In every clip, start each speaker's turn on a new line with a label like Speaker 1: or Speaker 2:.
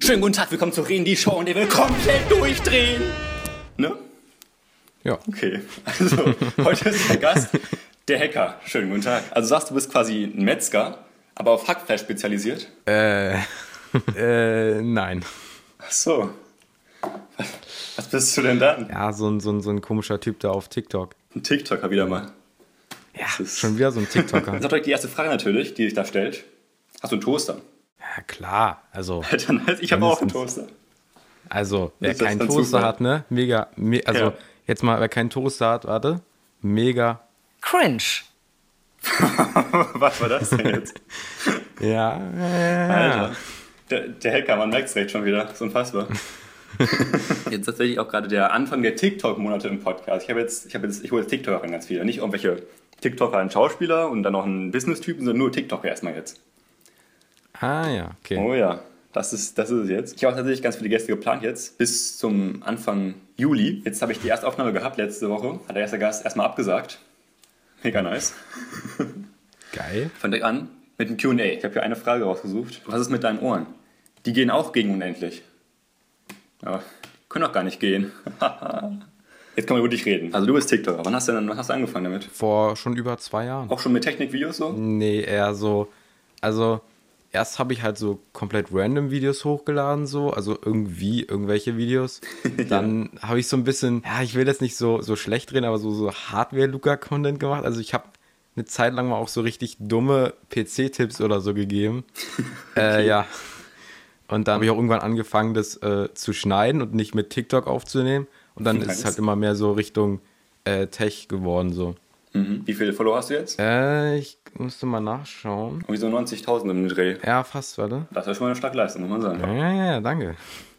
Speaker 1: Schönen guten Tag, willkommen zu Reden die Show und ihr will komplett durchdrehen. Ne?
Speaker 2: Ja.
Speaker 1: Okay, also heute ist der Gast der Hacker. Schönen guten Tag. Also sagst du bist quasi ein Metzger, aber auf Hackfleisch spezialisiert?
Speaker 2: Äh, äh, nein.
Speaker 1: Ach so. Was bist du denn dann?
Speaker 2: Ja, so ein, so, ein, so ein komischer Typ da auf TikTok.
Speaker 1: Ein TikToker wieder mal.
Speaker 2: Ja,
Speaker 1: ist-
Speaker 2: schon wieder so ein TikToker.
Speaker 1: Das ist direkt die erste Frage natürlich, die sich da stellt. Hast du einen Toaster?
Speaker 2: ja, klar. Also,
Speaker 1: Dann heißt, ich habe auch einen Toaster.
Speaker 2: also wer
Speaker 1: Ist das
Speaker 2: keinen
Speaker 1: dann
Speaker 2: Toaster
Speaker 1: Zufall?
Speaker 2: hat, ne? Mega, me, also
Speaker 1: Ja.
Speaker 2: jetzt mal, wer keinen Toaster hat, warte. Mega.
Speaker 3: Cringe.
Speaker 1: Was war das denn jetzt?
Speaker 2: Ja, äh,
Speaker 1: Alter. Der, der Hacker, man merkt es recht schon wieder. Ist unfassbar. jetzt tatsächlich auch gerade der Anfang der TikTok-Monate im Podcast. Ich habe jetzt, ich habe jetzt, ich hole jetzt TikToker ganz viele. Nicht irgendwelche TikToker, einen Schauspieler und dann noch einen Business-Typen, sondern nur TikToker erstmal jetzt.
Speaker 2: Ah ja, okay.
Speaker 1: Oh ja. Das ist, das ist es jetzt. Ich habe auch tatsächlich ganz viele Gäste geplant jetzt, bis zum Anfang Juli. Jetzt habe ich die Erstaufnahme gehabt letzte Woche. Hat der erste Gast erstmal abgesagt. Mega nice.
Speaker 2: Geil.
Speaker 1: Fang direkt an mit dem QA. Ich habe hier eine Frage rausgesucht. Was ist mit deinen Ohren? Die gehen auch gegen unendlich. Aber können auch gar nicht gehen. Jetzt kann man über dich reden. Also du bist TikToker. Wann hast du denn wann hast du angefangen damit? Mhm.
Speaker 2: Vor schon über zwei Jahren.
Speaker 1: Auch schon mit Technikvideos so?
Speaker 2: Nee, eher so. Also, erst habe ich halt so komplett random Videos hochgeladen, so. Also irgendwie irgendwelche Videos. Dann habe ich so ein bisschen, ja, ich will jetzt nicht so, so schlecht reden, aber so, so Hardware-Luca-Content gemacht. Also, ich habe eine Zeit lang mal auch so richtig dumme PC-Tipps oder so gegeben. Äh, ja. Und dann habe ich auch irgendwann angefangen, das äh, zu schneiden und nicht mit TikTok aufzunehmen. Und dann ist es
Speaker 1: nice.
Speaker 2: halt immer mehr so Richtung äh, Tech geworden, so.
Speaker 1: Mhm. Wie viele Follower hast du jetzt?
Speaker 2: Äh, ich müsste mal nachschauen.
Speaker 1: Irgendwie so 90.000 im Dreh.
Speaker 2: Ja, fast, warte.
Speaker 1: Das ist ja schon mal eine starke Leistung, muss man sagen.
Speaker 2: Ja, ja, ja, danke.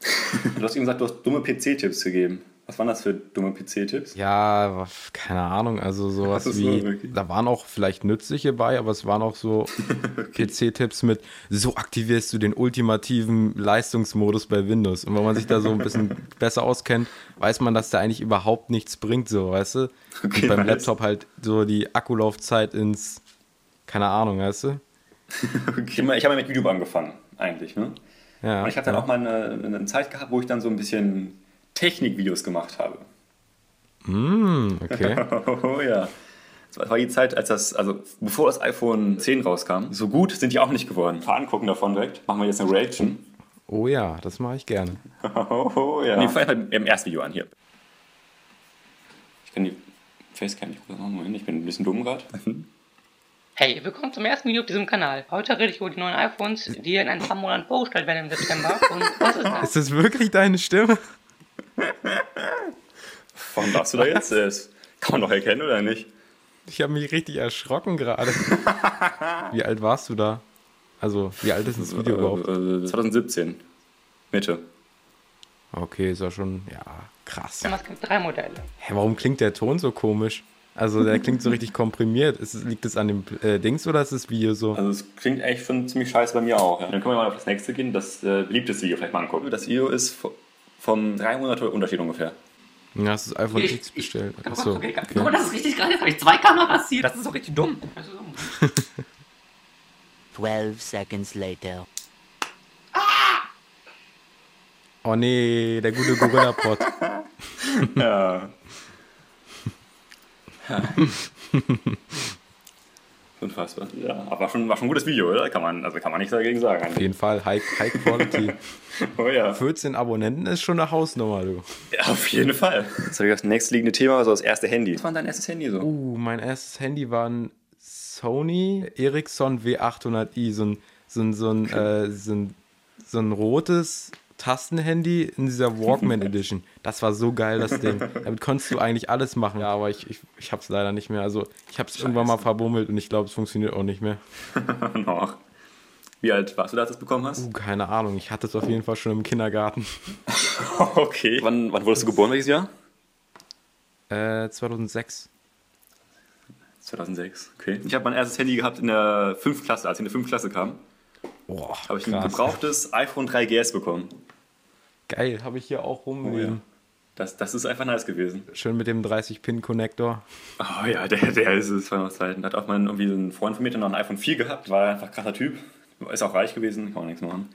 Speaker 1: Du hast eben gesagt, du hast dumme PC-Tipps gegeben. Was waren das für dumme PC-Tipps?
Speaker 2: Ja, wa- keine Ahnung, also sowas
Speaker 1: Ach so,
Speaker 2: wie,
Speaker 1: wirklich.
Speaker 2: da waren auch vielleicht nützliche bei, aber es waren auch so PC-Tipps mit, so aktivierst du den ultimativen Leistungsmodus bei Windows. Und wenn man sich da so ein bisschen besser auskennt, weiß man, dass da eigentlich überhaupt nichts bringt, so, weißt du?
Speaker 1: Okay,
Speaker 2: Und beim
Speaker 1: nice.
Speaker 2: Laptop halt so die Akkulaufzeit ins, keine Ahnung, weißt du?
Speaker 1: Ich habe hab ja mit YouTube angefangen, eigentlich. Ne?
Speaker 2: Ja,
Speaker 1: Und ich habe dann
Speaker 2: ja.
Speaker 1: auch mal eine, eine Zeit gehabt, wo ich dann so ein bisschen Technikvideos gemacht habe.
Speaker 2: Hm, okay.
Speaker 1: Oh ja. Das war die Zeit, als das, also bevor das iPhone 10 rauskam, so gut sind die auch nicht geworden. Ein paar angucken davon direkt. Machen wir jetzt eine Reaction.
Speaker 2: Oh ja, das mache ich gerne.
Speaker 1: Oh ja. Nee, fangen wir mit dem ersten Video an hier. Ich kann die Facecam nicht gut machen. Moment, ich bin ein bisschen dumm gerade.
Speaker 3: Hey, willkommen zum ersten Video auf diesem Kanal. Heute rede ich über die neuen iPhones, die in ein paar Monaten vorgestellt werden im September. Und was ist das?
Speaker 2: Ist das wirklich deine Stimme?
Speaker 1: Warum darfst du da jetzt? Das kann man doch erkennen, oder nicht?
Speaker 2: Ich habe mich richtig erschrocken gerade. wie alt warst du da? Also, wie alt ist das Video
Speaker 3: Äh,
Speaker 2: überhaupt?
Speaker 1: 2017. Mitte.
Speaker 3: äh,
Speaker 2: Okay, ist ja schon, ja, krass.
Speaker 3: Es gibt drei Modelle.
Speaker 2: Hä, warum klingt der Ton so komisch? Also, der klingt so richtig komprimiert. Ist, es- liegt es an dem äh, Dings oder ist das Video
Speaker 3: Äh,
Speaker 2: so?
Speaker 1: Also es klingt echt schon ziemlich scheiße bei mir auch. Ja. Dann können wir mal auf das nächste gehen, das äh, beliebteste Video vielleicht mal angucken. Das Video ist vo- vom drei Monate Unterschied ungefähr.
Speaker 2: Ja, hast du das iPhone X bestellt? Achso,
Speaker 3: Oh,
Speaker 2: okay.
Speaker 3: das ist richtig geil. Jetzt habe ich zwei Kameras hier. Das ist so richtig dumm. Das ist so dumm.
Speaker 4: 12 seconds later.
Speaker 2: Ah! Oh nee, der gute Gorilla-Pod.
Speaker 1: Ja. Unfassbar. Ja, aber war schon, war schon ein gutes Video, oder? Kann man, also kann man nichts dagegen sagen.
Speaker 2: Auf jeden Fall, High, high Quality.
Speaker 1: Oh ja.
Speaker 2: 14 Abonnenten ist schon eine Hausnummer, du.
Speaker 1: Ja, Auf jeden Fall. Jetzt habe ich das nächstliegende Thema, also das erste Handy. Was war dein erstes Handy so?
Speaker 2: Uh, mein erstes Handy war ein Sony Ericsson W800i, so ein, so ein, so ein, äh, so ein, so ein rotes Tastenhandy in dieser Walkman Edition. Das war so geil, das Ding. Damit konntest du eigentlich alles machen. Ja, aber ich, ich, ich hab's leider nicht mehr. Also, ich hab's irgendwann mal verbummelt und ich glaube, es funktioniert auch nicht mehr.
Speaker 1: Noch. Wie alt warst du da, als du das bekommen hast?
Speaker 2: Uh, keine Ahnung. Ich hatte es auf jeden Fall schon im Kindergarten.
Speaker 1: Okay. Wann, wann wurdest du geboren? Welches Jahr?
Speaker 2: Äh, 2006.
Speaker 1: 2006. Okay. Ich habe mein erstes Handy gehabt in der 5. Klasse, als ich in der 5. Klasse kam.
Speaker 2: Boah,
Speaker 1: Habe ich ein gebrauchtes iPhone 3GS bekommen.
Speaker 2: Geil, habe ich hier auch rumliegen.
Speaker 1: Das, das ist einfach nice gewesen.
Speaker 2: Schön mit dem 30-Pin-Connector.
Speaker 1: Oh ja, der, der ist es von Zeiten. Hat auch mal irgendwie so einen Freund von mir, der noch ein iPhone 4 gehabt. War einfach ein krasser Typ. Ist auch reich gewesen, kann man nichts machen.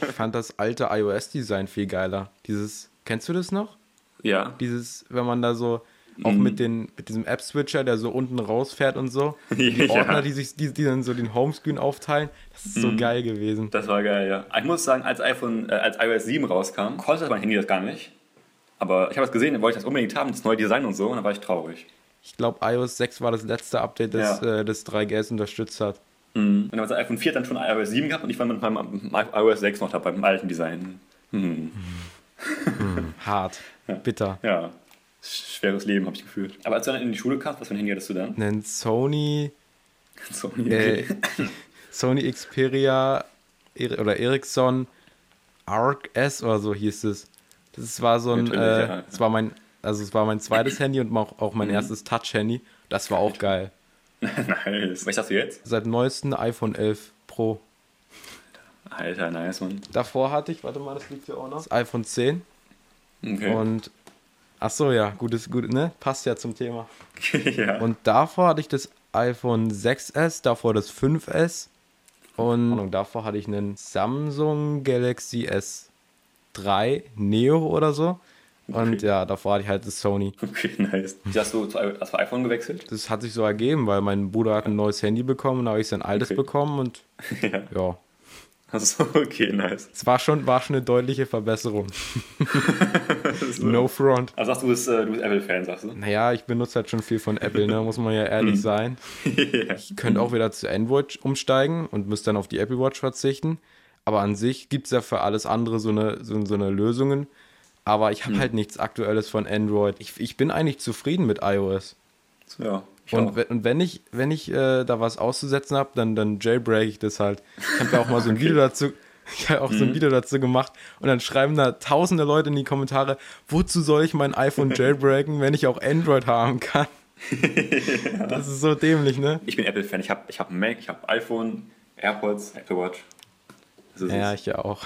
Speaker 2: ich fand das alte iOS-Design viel geiler. Dieses, kennst du das noch?
Speaker 1: Ja.
Speaker 2: Dieses, wenn man da so auch
Speaker 1: Mm.
Speaker 2: mit, den, mit diesem App-Switcher, der so unten rausfährt und so. Die
Speaker 1: Ja.
Speaker 2: Ordner, die sich, die, die dann so den Homescreen aufteilen. Das ist
Speaker 1: Mm.
Speaker 2: so geil gewesen.
Speaker 1: Das war geil, ja. Ich muss sagen, als, iPhone, äh, als iOS 7 rauskam, konnte mein Handy das gar nicht. Aber ich habe das gesehen, wollte ich das unbedingt haben, das neue Design und so, und dann war ich traurig.
Speaker 2: Ich glaube, iOS 6 war das letzte Update, das, äh, das 3GS unterstützt hat.
Speaker 1: Mhm. Und dann hat das iPhone 4 dann schon iOS 7 gehabt und ich war mit meinem iOS 6 noch dabei, beim alten Design.
Speaker 2: Hart. Bitter.
Speaker 1: Ja, schweres Leben habe ich gefühlt. Aber als du dann in die Schule kamst, was für ein Handy hattest du dann?
Speaker 2: Ein Sony,
Speaker 1: So,
Speaker 2: äh, Sony Xperia Er oder Ericsson Arc S oder so hieß es. Das war so ein,
Speaker 1: Natürlich,
Speaker 2: äh,
Speaker 1: ja. Mhm.
Speaker 2: das war mein, also es war mein zweites Handy und auch, auch mein erstes Touch-Handy. Das war auch geil.
Speaker 1: nice. Was hast du jetzt?
Speaker 2: Seit neuestem iPhone 11 Pro.
Speaker 1: Alter, nice, Mann.
Speaker 2: Davor hatte ich, warte mal, das liegt hier auch noch. Das iPhone 10
Speaker 1: Okay.
Speaker 2: und ach so, ja, gutes, gut, ne? Passt ja zum Thema.
Speaker 1: ja.
Speaker 2: Und davor hatte ich das iPhone 6s, davor das 5s und und davor hatte ich einen Samsung Galaxy S3 Neo oder so. Und
Speaker 1: Okay.
Speaker 2: ja, davor hatte ich halt das Sony.
Speaker 1: okay, nice. Wieso Hast du zu i- hast du iPhone gewechselt?
Speaker 2: Das hat sich so ergeben, weil mein Bruder hat ein neues Handy bekommen und da habe ich sein altes
Speaker 1: Okay.
Speaker 2: bekommen und
Speaker 1: ja.
Speaker 2: ja.
Speaker 1: Achso, okay, nice.
Speaker 2: Es war schon, war schon eine deutliche Verbesserung. no front.
Speaker 1: Also sagst du, du bist, äh, du bist Apple-Fan, sagst du?
Speaker 2: Naja, ich benutze halt schon viel von Apple, ne? muss man ja ehrlich sein.
Speaker 1: Ja.
Speaker 2: Ich könnte auch wieder zu Android umsteigen und müsste dann auf die Apple Watch verzichten. Aber an sich gibt es ja für alles andere so eine, so, so eine Lösungen. Aber ich habe halt nichts Aktuelles von Android. Ich, ich bin eigentlich zufrieden mit iOS.
Speaker 1: ja. ich
Speaker 2: Und,
Speaker 1: auch.
Speaker 2: we- und wenn ich, wenn ich äh, da was auszusetzen habe, dann, dann jailbreak ich das halt. Ich habe ja auch mal so ein Video dazu. Ich habe auch so
Speaker 1: Mhm.
Speaker 2: ein Video dazu gemacht und dann schreiben da tausende Leute in die Kommentare, wozu soll ich mein iPhone jailbreaken, wenn ich auch Android haben kann? Das ist so dämlich, ne?
Speaker 1: Ich bin Apple-Fan. Ich habe ich hab ein Mac, ich habe iPhone, AirPods, Apple Watch. Das ist
Speaker 2: Ja,
Speaker 1: ja,
Speaker 2: ich ja auch.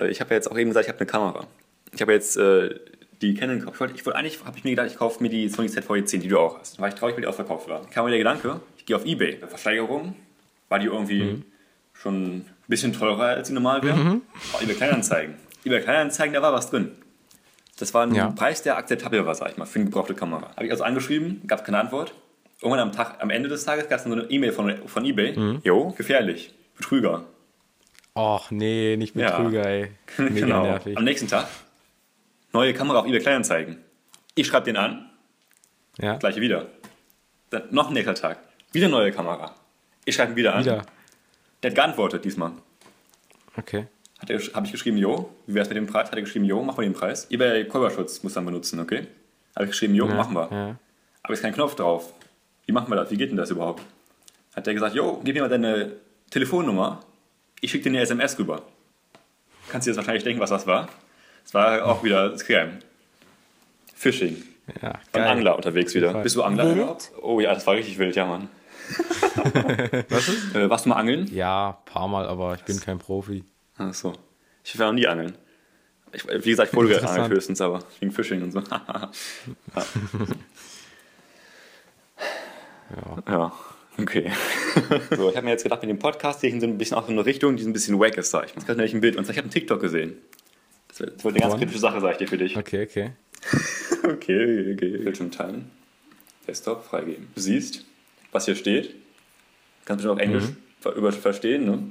Speaker 1: Äh, Ich habe ja jetzt auch eben gesagt, ich habe eine Kamera. Ich habe jetzt äh, die Canon gekauft. Ich wollte, ich wollte eigentlich, habe ich mir gedacht, ich kaufe mir die Sony Z410, die du auch hast. War ich traurig, weil die ausverkauft war. Kam mir der Gedanke, ich gehe auf Ebay. Versteigerung war die irgendwie schon ein bisschen teurer, als sie normal wäre. Auf Ebay Kleinanzeigen. Ebay Kleinanzeigen, da war was drin. Das war ein
Speaker 2: Ja.
Speaker 1: Preis, der akzeptabel war, sag ich mal, für eine gebrauchte Kamera. Habe ich also angeschrieben, gab keine Antwort. Irgendwann am, Tag, am Ende des Tages gab es so eine E-Mail von, von Ebay. Jo, gefährlich, Betrüger.
Speaker 2: Och, nee, nicht
Speaker 1: Ja.
Speaker 2: Betrüger, ey. Mega
Speaker 1: genau.
Speaker 2: nervig.
Speaker 1: Am nächsten Tag neue Kamera auf eBay Kleinanzeigen. Ich schreibe den an,
Speaker 2: Ja,
Speaker 1: gleiche wieder. Dann noch ein nächster Tag, wieder neue Kamera. Ich schreibe ihn wieder an.
Speaker 2: wieder.
Speaker 1: Der hat geantwortet diesmal.
Speaker 2: Okay.
Speaker 1: Hat er, habe ich geschrieben, jo, wie wär's mit dem Preis? Hat er geschrieben, jo, machen wir den Preis. eBay Käuberschutz muss dann benutzen, okay? Habe ich geschrieben, jo,
Speaker 2: Ja,
Speaker 1: machen wir.
Speaker 2: Ja.
Speaker 1: Aber ist kein Knopf drauf. Wie machen wir das? Wie geht denn das überhaupt? Hat der gesagt, jo, gib mir mal deine Telefonnummer. Ich schicke dir eine SMS rüber. Kannst dir jetzt wahrscheinlich denken, was das war? Es war auch wieder Scam. Phishing.
Speaker 2: ja
Speaker 1: Beim
Speaker 2: geil.
Speaker 1: Angler unterwegs wieder.
Speaker 2: Fall.
Speaker 1: Bist du Angler überhaupt? Oh ja, das war richtig wild, ja, Mann. was ist? Äh, warst du mal angeln?
Speaker 2: Ja, paar Mal, aber ich bin kein Profi.
Speaker 1: Ach so. Ich war noch nie angeln. Ich, wie gesagt, ich wurde gerade
Speaker 2: Interessant.
Speaker 1: angelt höchstens, aber wegen Fishing und so. ja. ja, okay. so, ich habe mir jetzt gedacht, mit dem Podcast gehe ich in so ein bisschen auch so eine Richtung, die so ein bisschen wack ist, sag ich mal. Das kann nämlich ein Bild. Und zwar, ich habe ein TikTok gesehen. Das wird das wird eine ganz
Speaker 2: Von?
Speaker 1: kritische Sache, sag ich dir für dich.
Speaker 2: Okay, okay.
Speaker 1: Okay, okay. Bildschirm teilen. Desktop freigeben. Du siehst, was hier steht. Kannst du schon auf Englisch ver- über verstehen, ne?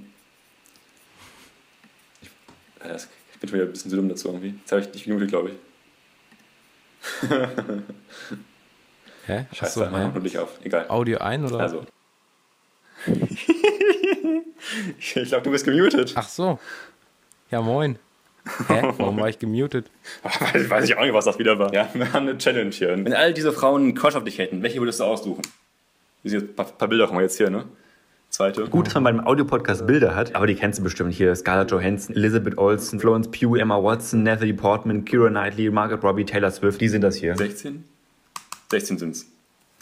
Speaker 1: Ich, ja, das, ich bin schon wieder ein bisschen zu dumm dazu irgendwie. Jetzt habe ich nicht genug, glaube ich.
Speaker 2: Hä?
Speaker 1: Scheiße,
Speaker 2: Achso,
Speaker 1: so, mach
Speaker 2: hä?
Speaker 1: nur dich auf. Egal.
Speaker 2: Audio ein oder?
Speaker 1: Also. ich glaube, du bist gemutet.
Speaker 2: Ach so. Ja, moin. Hä? Warum war ich gemutet?
Speaker 1: Weiß, weiß ich auch nicht, was das wieder war. Ja, wir haben eine Challenge hier. Wenn all diese Frauen einen Crush auf dich hätten, welche würdest du aussuchen? Wir sehen jetzt ein paar, paar Bilder haben wir jetzt hier, ne? Zweite.
Speaker 4: Gut, dass man bei einem Audiopodcast Bilder hat, aber die kennst du bestimmt hier. Scarlett Johansson, Elizabeth Olsen, Florence Pugh, Emma Watson, Natalie Portman, Keira Knightley, Margaret Robbie, Taylor Swift, die sind das hier.
Speaker 1: 16? 16 sind's.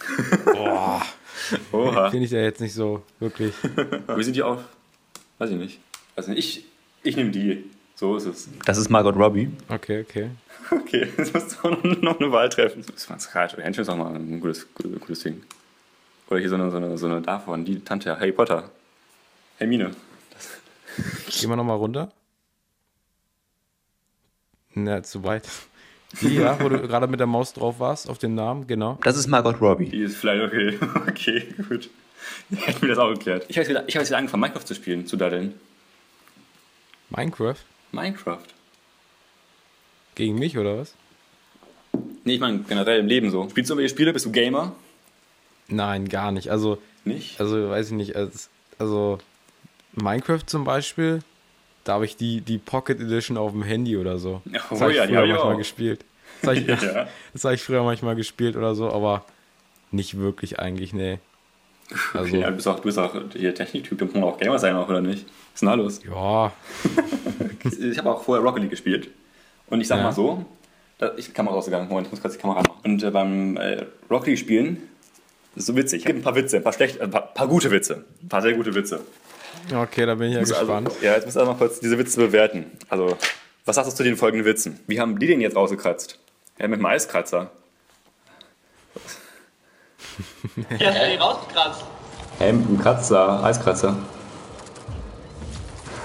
Speaker 1: Boah. Oha.
Speaker 2: Bin ich ja jetzt nicht so wirklich.
Speaker 1: Wie sind die auf? Weiß ich nicht. Weiß nicht. Ich, ich nehme die. So ist es.
Speaker 4: Das ist Margaret Robbie.
Speaker 2: Okay, okay.
Speaker 1: Okay, jetzt musst du auch noch eine Wahl treffen. Das war gerade ein schönes auch mal ein gutes, gutes, gutes Ding. Oder hier so eine, so, eine, so eine davon, die Tante Harry Potter. Hermine. Das,
Speaker 2: Gehen wir nochmal runter. Na, zu weit. Ja, wo du gerade mit der Maus drauf warst, auf dem Namen, genau.
Speaker 4: Das ist Margot Robbie.
Speaker 1: Die ist vielleicht okay. Okay, gut. Hätten wir das auch geklärt. Ich habe jetzt, wieder- ich hab jetzt wieder angefangen, Minecraft zu spielen, zu daddeln.
Speaker 2: Minecraft?
Speaker 1: Minecraft.
Speaker 2: Gegen mich oder was?
Speaker 1: Nee, ich meine generell im Leben so. Spielst du irgendwelche Spiele? Bist du Gamer?
Speaker 2: Nein, gar nicht. Also,
Speaker 1: Nicht?
Speaker 2: also weiß ich nicht. als- Also, Minecraft zum Beispiel, da habe ich die, die Pocket Edition auf dem Handy oder so.
Speaker 1: Oh
Speaker 2: hab
Speaker 1: ja, die
Speaker 2: früher
Speaker 1: hab ich
Speaker 2: manchmal
Speaker 1: auch.
Speaker 2: gespielt. Das habe ich,
Speaker 1: Ja.
Speaker 2: das hab ich früher manchmal gespielt oder so, aber nicht wirklich eigentlich, nee. Also,
Speaker 1: Ja, du bist auch, du bist auch hier Techniktyp, du musst auch Gamer sein, auch, oder nicht? Was ist denn da los?
Speaker 2: ja,
Speaker 1: Ich habe auch vorher Rocket League gespielt. Und ich sag
Speaker 2: Ja.
Speaker 1: mal so, da, ich Kamera rausgegangen, Moment, ich muss kurz die Kamera anmachen. Und äh, beim äh, Rocket League spielen, ist so witzig. Es gibt ein paar Witze, ein paar schlechte, ein paar, paar gute Witze. Ein paar sehr gute Witze.
Speaker 2: okay, da bin ich ja
Speaker 1: Also,
Speaker 2: gespannt.
Speaker 1: ja, jetzt müssen wir mal kurz diese Witze bewerten. Also, was sagst du zu den folgenden Witzen? Wie haben die den jetzt rausgekratzt? Ja, mit dem Eiskratzer.
Speaker 5: Ja, ich hab den rausgekratzt.
Speaker 1: Hey, mit dem Kratzer, Eiskratzer.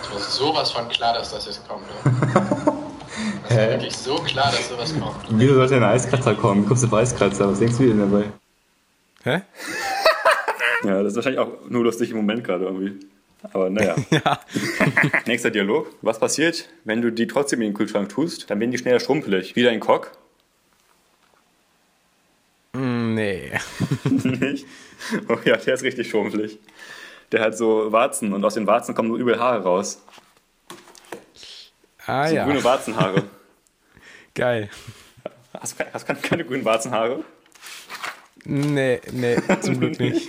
Speaker 6: Es war sowas von klar, dass das jetzt kommt. Ne? Das war wirklich so klar, dass sowas kommt.
Speaker 1: Wieso sollte ein Eiskratzer kommen? Wie kommst du auf Eiskratzer? Was denkst du denn dabei?
Speaker 2: Hä?
Speaker 1: Ja, das ist wahrscheinlich auch nur lustig im Moment gerade irgendwie. Aber naja.
Speaker 2: Ja.
Speaker 1: Nächster Dialog. Was passiert, wenn du die trotzdem in den Kühlschrank tust? Dann werden die schneller schrumpelig. Wieder ein Kock?
Speaker 2: Nee.
Speaker 1: Nicht? Oh ja, der ist richtig schrumpelig. Der hat so Warzen und aus den Warzen kommen so übel Haare raus.
Speaker 2: Ah
Speaker 1: So
Speaker 2: ja,
Speaker 1: grüne Warzenhaare.
Speaker 2: geil.
Speaker 1: Hast du keine, hast keine, keine grünen Warzenhaare?
Speaker 2: Nee, nee, zum Glück nicht.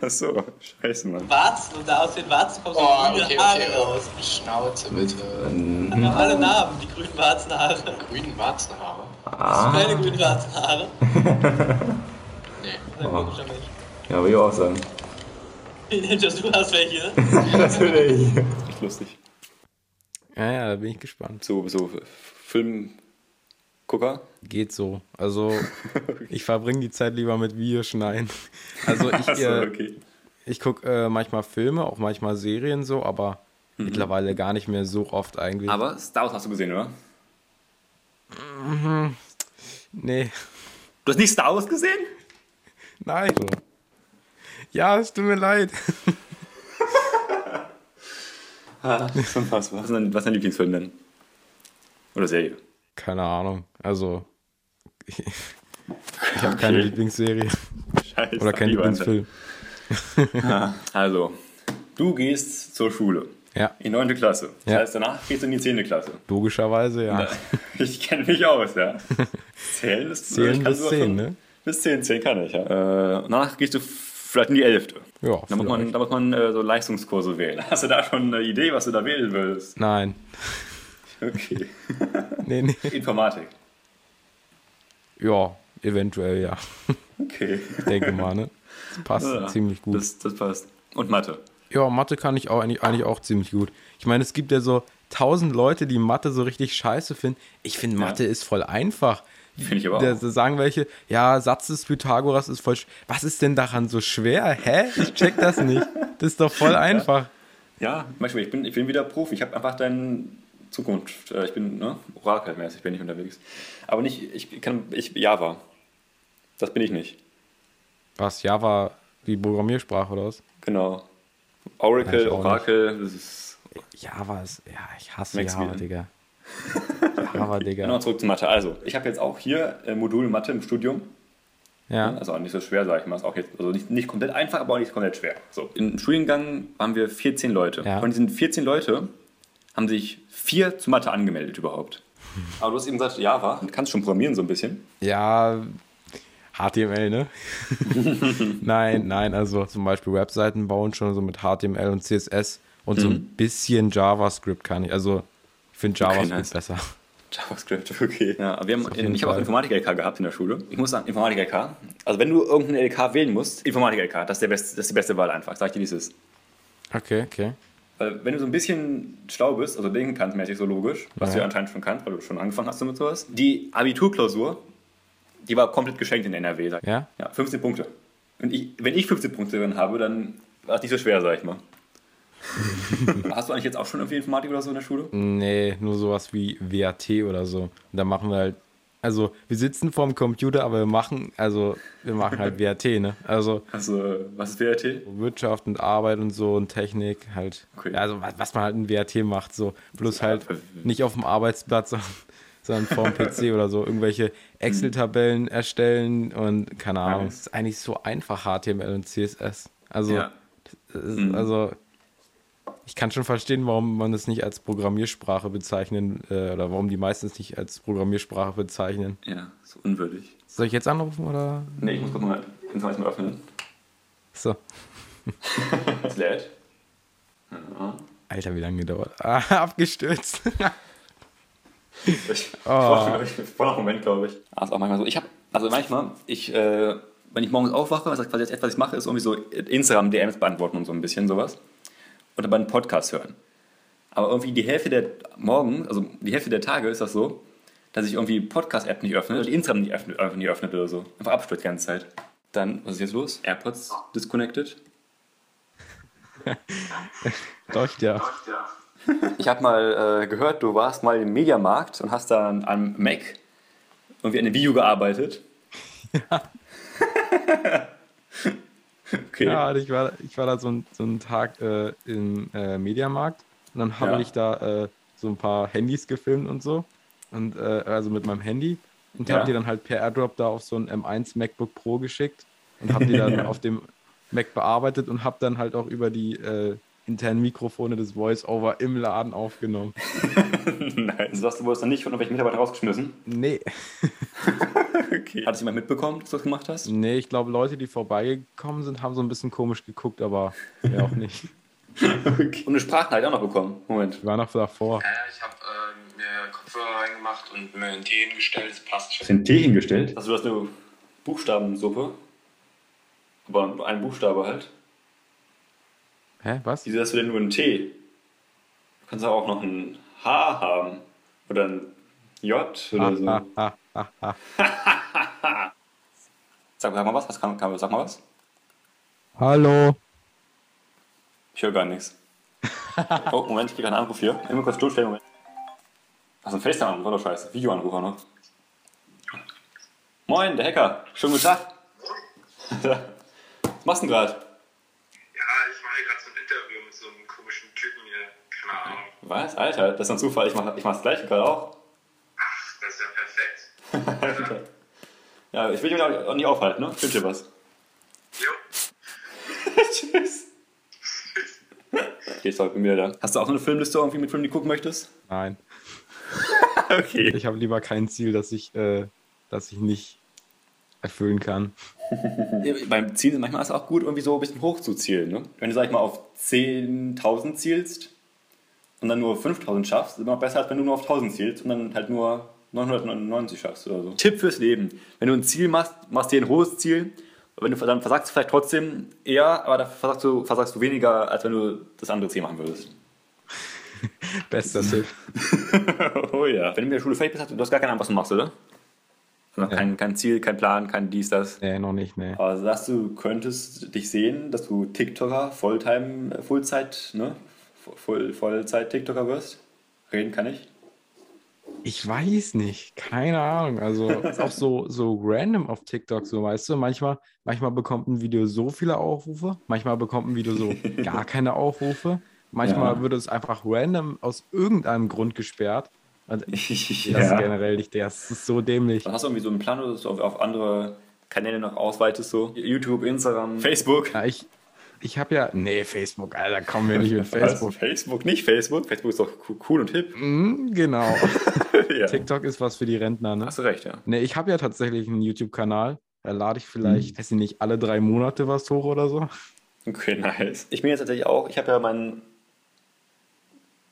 Speaker 1: Ach so, scheiße, Mann.
Speaker 5: Warzen und da aus den Warzen kommen so
Speaker 6: Oh,
Speaker 5: grüne
Speaker 6: okay,
Speaker 5: Haare
Speaker 6: okay.
Speaker 5: raus.
Speaker 6: Schnauze bitte.
Speaker 5: Haben alle Namen, die grünen Warzenhaare.
Speaker 6: Grünen Warzenhaare?
Speaker 5: Ah. Keine grünen Warzenhaare.
Speaker 6: Nee.
Speaker 5: Ein komischer Mensch.
Speaker 7: Ja, würde ich auch sagen.
Speaker 5: Josh, du hast welche. ne?
Speaker 7: Natürlich.
Speaker 1: Echt lustig.
Speaker 2: Ja, ja, da bin ich gespannt.
Speaker 1: So, so Filmgucker?
Speaker 2: Geht so. Also, ich verbringe die Zeit lieber mit Videoschneiden. Also, ich,
Speaker 1: Ach so,
Speaker 2: äh,
Speaker 1: okay.
Speaker 2: ich gucke äh, manchmal Filme, auch manchmal Serien so, aber mittlerweile gar nicht mehr so oft eigentlich.
Speaker 1: Mhm. Aber Star Wars hast du gesehen, oder?
Speaker 2: nee,
Speaker 1: Du hast nicht Star Wars gesehen?
Speaker 2: nein. Ja, es tut mir leid.
Speaker 1: Das ist unfassbar. Was ist dein, was ist dein Lieblingsfilm denn? Oder Serie?
Speaker 2: Keine Ahnung. Also, ich, ich habe keine Lieblingsserie
Speaker 1: Scheiße.
Speaker 2: oder keinen
Speaker 1: lieber
Speaker 2: Lieblingsfilm.
Speaker 1: Alter. Also, du gehst zur Schule.
Speaker 2: Ja,
Speaker 1: In 9. Klasse. Das
Speaker 2: Ja.
Speaker 1: heißt, danach gehst du in die 10. Klasse.
Speaker 2: logischerweise, ja.
Speaker 1: Ich kenne mich aus, ja. Zählen ist
Speaker 2: Zählen
Speaker 1: ich kann
Speaker 2: bis
Speaker 1: sogar
Speaker 2: 10,
Speaker 1: fünf.
Speaker 2: ne?
Speaker 1: Bis 10, 10 kann ich, ja. Äh, und danach gehst du vielleicht in die 11.
Speaker 2: Ja,
Speaker 1: Da muss man,
Speaker 2: vielleicht.
Speaker 1: da muss man äh, so Leistungskurse wählen. Hast du da schon eine Idee, was du da wählen würdest?
Speaker 2: Nein.
Speaker 1: Okay.
Speaker 2: Nee, nee.
Speaker 1: Informatik.
Speaker 2: Ja, eventuell, ja.
Speaker 1: Okay.
Speaker 2: Denke mal, ne? Das passt
Speaker 1: Ja,
Speaker 2: ziemlich gut.
Speaker 1: Das, das passt. Und Mathe.
Speaker 2: Ja, Mathe kann ich auch eigentlich, eigentlich auch ziemlich gut. Ich meine, es gibt ja so tausend Leute, die Mathe so richtig scheiße finden. Ich finde, Mathe ist voll einfach.
Speaker 1: Finde ich aber auch.
Speaker 2: Da da sagen welche, ja, Satz des Pythagoras ist voll sch Was ist denn daran so schwer? Hä? Ich check das nicht. Das ist doch voll einfach.
Speaker 1: Ja, manchmal, ich bin, ich bin wieder Profi. Ich habe einfach deine Zukunft. Äh, Ich bin ne, orakelmäßig, bin ich unterwegs. Aber nicht, ich kann, ich, Java. Das bin ich nicht.
Speaker 2: Was, Java, die Programmiersprache oder was?
Speaker 1: Genau.
Speaker 2: Weiß
Speaker 1: Oracle,
Speaker 2: ich auch
Speaker 1: Orakel, das ist.
Speaker 2: Java ist, ja, ich hasse
Speaker 1: Max
Speaker 2: Java,
Speaker 1: Wien.
Speaker 2: Digga.
Speaker 1: Genau,
Speaker 2: Java, Digga.
Speaker 1: zurück zu Mathe. Also, ich habe jetzt auch hier äh, Modul Mathe im Studium.
Speaker 2: Ja,
Speaker 1: Also auch nicht so schwer, sage ich mal. Ist auch jetzt, also nicht, nicht komplett einfach, aber auch nicht komplett schwer. So, im Studiengang waren wir 14 Leute.
Speaker 2: Ja.
Speaker 1: Von diesen 14 Leute haben sich vier zu Mathe angemeldet überhaupt. Aber du hast eben gesagt, Java, du kannst schon programmieren so ein bisschen.
Speaker 2: Ja, HTML, ne? nein, nein, also zum Beispiel Webseiten bauen schon so mit HTML und CSS und so ein bisschen JavaScript kann ich. Also ich finde JavaScript
Speaker 1: nice.
Speaker 2: besser.
Speaker 1: JavaScript, okay. Ja, aber wir haben,
Speaker 2: jeden
Speaker 1: ich habe auch
Speaker 2: Fall.
Speaker 1: Informatik-LK gehabt in der Schule. Ich muss sagen, Informatik-LK. Also wenn du irgendeinen LK wählen musst, Informatik-LK, das, ist der beste- das ist die beste Wahl einfach. Sag ich dir dieses.
Speaker 2: Okay, okay.
Speaker 1: Weil wenn du so ein bisschen schlau bist, also denken kannst, mäßig so logisch, was du ja anscheinend schon kannst, weil du schon angefangen hast mit sowas. Die Abiturklausur, die war komplett geschenkt in NRW. Sag ich.
Speaker 2: Ja?
Speaker 1: Ja, 15 Punkte. Und ich, wenn ich 15 Punkte drin habe, dann war es nicht so schwer, sag ich mal. Hast du eigentlich jetzt auch schon irgendwie Informatik oder so in der Schule?
Speaker 2: Mhm. Nee, nur sowas wie WAT oder so. Und da machen wir halt, also wir sitzen vorm Computer, aber wir machen, also wir machen halt WAT, ne? Also
Speaker 1: Also, was ist WRT?
Speaker 2: Wirtschaft und Arbeit und so und Technik halt.
Speaker 1: Okay.
Speaker 2: Ja, Also was, was man halt in WAT macht, so. Bloß halt nicht auf dem Arbeitsplatz, sondern, sondern vorm PC oder so. Irgendwelche Excel-Tabellen erstellen und keine Ahnung.
Speaker 1: Nice.
Speaker 2: Es ist eigentlich so einfach, HTML und CSS. Also,
Speaker 1: Ja. Mhm.
Speaker 2: das ist, also ich kann schon verstehen, warum man es nicht als Programmiersprache bezeichnen äh, oder warum die meisten es nicht als Programmiersprache bezeichnen.
Speaker 1: Ja, so unwürdig.
Speaker 2: Soll ich jetzt anrufen oder
Speaker 1: Nee, ich muss kurz mal den Zeichen mal öffnen.
Speaker 2: so?
Speaker 1: Das lädt.
Speaker 2: Alter, wie lange gedauert? Ah, abgestürzt.
Speaker 1: Ich war noch einen Moment, glaube ich. Ah, ist auch manchmal so. Ich habe, also manchmal, ich, äh, wenn ich morgens aufwache, was ich quasi jetzt etwas ich mache, ist irgendwie so Instagram-DMs beantworten und so ein bisschen sowas. Und dann einen Podcast hören. Aber irgendwie die Hälfte der Morgen, also die Hälfte der Tage ist das so, dass ich irgendwie Podcast-App nicht öffne oder die Instagram nicht öffnet, einfach nicht öffnet oder so. Einfach abstürzt die ganze Zeit. Dann, was ist jetzt los? AirPods disconnected.
Speaker 2: Läuft ja.
Speaker 1: Ich habe mal äh, gehört, du warst mal im Mediamarkt und hast da an einem Mac irgendwie an einem Video gearbeitet. Ja. okay.
Speaker 2: Ja, ich war, ich war da so, ein, so einen Tag äh, im äh, Mediamarkt und dann habe
Speaker 1: Ja.
Speaker 2: ich da äh, so ein paar Handys gefilmt und so. Und äh, also mit meinem Handy. Und
Speaker 1: Ja.
Speaker 2: habe die dann halt per Airdrop da auf so ein M1 MacBook Pro geschickt und habe die dann auf dem Mac bearbeitet und habe dann halt auch über die äh, internen Mikrofone des Voice-Over im Laden aufgenommen.
Speaker 1: Nein, du sagst, du wurdest dann nicht von irgendwelchen Mitarbeitern rausgeschmissen.
Speaker 2: Nee.
Speaker 1: Okay. Hat es jemand mitbekommen, dass du das gemacht hast?
Speaker 2: Nee, ich glaube, Leute, die vorbeigekommen sind, haben so ein bisschen komisch geguckt, aber ja auch nicht.
Speaker 1: Und eine Sprachnachricht auch noch bekommen. Moment.
Speaker 2: Wir waren noch davor.
Speaker 6: Äh, ich habe ähm, mir Kopfhörer reingemacht und mir einen Tee hingestellt, das passt schon.
Speaker 4: Den Tee hingestellt?
Speaker 1: Hast Also du das eine Buchstabensuppe? Aber nur ein Buchstabe halt.
Speaker 2: Hä, was?
Speaker 1: Wieso hast du denn nur einen T? Du kannst doch auch noch ein H haben. Oder ein J oder so.
Speaker 2: Ah, ah, ah, ah.
Speaker 1: Sag, sag mal was, was kann, kann, sag mal was.
Speaker 2: Hallo.
Speaker 1: Ich höre gar nichts. Oh, Moment, ich kriege einen Anruf hier. Immer kurz durchstellen, Moment. Achso, ein FaceTime-Anruf, oder scheiße. Videoanruf auch noch. Moin, der Hacker. Schönen guten Tag. Was machst du denn gerade?
Speaker 8: Ja, ich mache gerade so ein Interview mit so einem komischen Typen hier. Keine Ahnung.
Speaker 1: Was? Alter, das ist ein Zufall. Ich mache ich mach das gleiche gerade auch.
Speaker 8: Ach, das ist ja perfekt.
Speaker 1: Ja, ich will dich auch nicht aufhalten, ne? Ich wünsche dir was.
Speaker 8: Jo.
Speaker 1: Tschüss. Okay, sorry, bin wieder da. Hast du auch so eine Filmliste irgendwie mit Filmen, die du gucken möchtest?
Speaker 2: Nein,
Speaker 1: Okay.
Speaker 2: ich habe lieber kein Ziel, das ich, äh, das ich nicht erfüllen kann.
Speaker 1: Beim Zielen manchmal ist es auch gut, irgendwie so ein bisschen hoch zu zielen. Ne? Wenn du, sag ich mal, auf 10.000 zielst und dann nur 5.000 schaffst, ist immer noch besser, als wenn du nur auf 1.000 zielst und dann halt nur 999 schaffst oder so. Tipp fürs Leben. Wenn du ein Ziel machst, machst dir ein hohes Ziel. Und wenn du dann versagst du vielleicht trotzdem eher, aber dann versagst du, versagst du weniger, als wenn du das andere Ziel machen würdest.
Speaker 2: Bester Tipp.
Speaker 1: oh ja. Wenn du mit der Schule fertig bist, hast du du hast gar keine Ahnung, was du machst, oder? Also kein, kein Ziel, kein Plan, kein dies, das.
Speaker 2: Nee, noch nicht, nee.
Speaker 1: Aber sagst du, könntest dich sehen, dass du TikToker, Volltime, äh, Vollzeit, ne? Voll, Vollzeit TikToker wirst? Reden kann ich.
Speaker 2: Ich weiß nicht, keine Ahnung. Also ist auch so, so random auf TikTok, so weißt du. Manchmal, manchmal bekommt ein Video so viele Aufrufe, manchmal bekommt ein Video so gar keine Aufrufe. Manchmal
Speaker 1: Ja.
Speaker 2: wird es einfach random aus irgendeinem Grund gesperrt. Und das ist generell nicht der. Das ist so dämlich.
Speaker 1: Dann hast du irgendwie so einen Plan, dass du auf, auf andere Kanäle noch ausweitest, so YouTube, Instagram, Facebook.
Speaker 2: Ja, Ah, ich ich habe ja. Nee, Facebook, Alter, kommen wir nicht mit
Speaker 1: Facebook.
Speaker 2: Facebook.
Speaker 1: Facebook, nicht Facebook. Facebook ist doch co- cool und hip.
Speaker 2: Hm, genau.
Speaker 1: ja.
Speaker 2: TikTok ist was für die Rentner, ne?
Speaker 1: Hast du recht, ja.
Speaker 2: Ne, ich habe ja tatsächlich einen YouTube-Kanal. Da lade ich vielleicht, weiß ich nicht, alle drei Monate was hoch oder so.
Speaker 1: Okay, nice. Ich bin jetzt tatsächlich auch, ich habe ja meinen.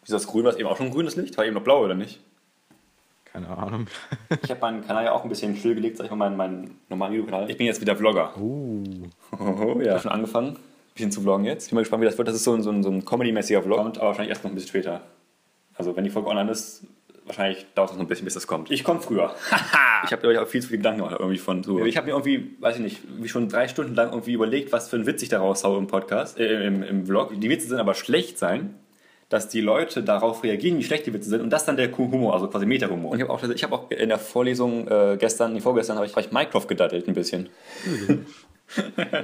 Speaker 1: Wieso das grün? War es eben auch schon grünes Licht? War eben noch blau, oder nicht?
Speaker 2: Keine Ahnung.
Speaker 1: Ich habe meinen Kanal ja auch ein bisschen stillgelegt, sag ich mal, meinen, meinen normalen YouTube-Kanal. Ich bin jetzt wieder Vlogger.
Speaker 2: Uh.
Speaker 1: Oh, ja. Ich habe schon angefangen, ein bisschen zu vloggen jetzt. Ich bin mal gespannt, wie das wird. Das ist so ein, so ein, so ein Comedy-mäßiger Vlog, kommt aber wahrscheinlich erst noch ein bisschen später. Also, wenn die Folge online ist, wahrscheinlich dauert es noch ein bisschen, bis das kommt. Ich komme früher. ich habe mir auch viel zu viel Gedanken gemacht irgendwie von so. Ich habe mir irgendwie, weiß ich nicht, wie schon drei Stunden lang irgendwie überlegt, was für einen Witz ich da raushaue im Podcast, äh, im, im Vlog. Die Witze sind aber schlecht sein, dass die Leute darauf reagieren, wie schlecht die Witze sind. Und das ist dann der Humor, also quasi Meta-Humor. Und ich habe auch, ich hab auch in der Vorlesung äh, gestern, nee, vorgestern, habe ich, hab ich Minecraft gedattelt ein bisschen.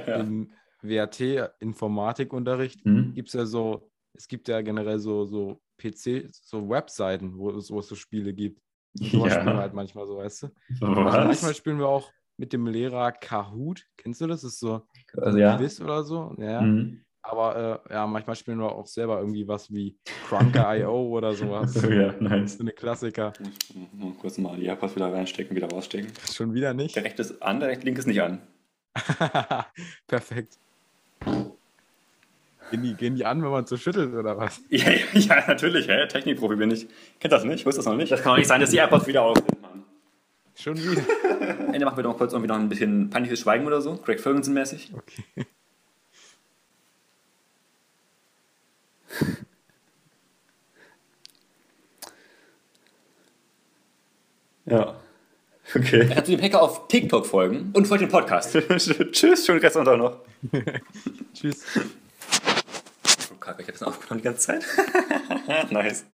Speaker 2: Im WAT Informatikunterricht
Speaker 4: Mhm.
Speaker 2: gibt es ja so, es gibt ja generell so, so PC, so Webseiten, wo es, wo es so Spiele gibt. Und sowas
Speaker 4: Ja.
Speaker 2: spielen wir halt manchmal so, weißt du? Also manchmal
Speaker 4: Was?
Speaker 2: spielen wir auch mit dem Lehrer Kahoot. Kennst du das? Das ist so
Speaker 4: Also, ja.
Speaker 2: Quiz oder so. Ja.
Speaker 4: Mhm.
Speaker 2: Aber äh, ja, manchmal spielen wir auch selber irgendwie was wie Crunker.io oder sowas.
Speaker 4: So,
Speaker 2: So
Speaker 4: Oh ja, nice.
Speaker 2: eine Klassiker.
Speaker 1: Mal Kurz mal die Airpods wieder reinstecken, wieder rausstecken.
Speaker 2: Schon wieder nicht.
Speaker 1: Der rechte ist an, der rechte linke ist nicht an.
Speaker 2: Perfekt. Gehen die, gehen die an, wenn man so schüttelt oder was?
Speaker 1: Ja, ja, ja natürlich, hä? Technikprofi bin ich. Kennt das nicht? Wusst das noch nicht? Das kann doch nicht sein, dass die AirPods wieder auf sind, Mann.
Speaker 2: Schon wieder.
Speaker 1: Am Ende machen wir doch kurz irgendwie noch ein bisschen peinliches Schweigen oder so. Greg Ferguson-mäßig.
Speaker 2: Okay.
Speaker 1: Ja. Okay. Kannst du dem Hacker auf TikTok folgen und folgt dem Podcast. Tschüss, schönen Restsonntag noch.
Speaker 2: Tschüss.
Speaker 1: Oh, Kacke, ich hab das aufgenommen die ganze Zeit. nice.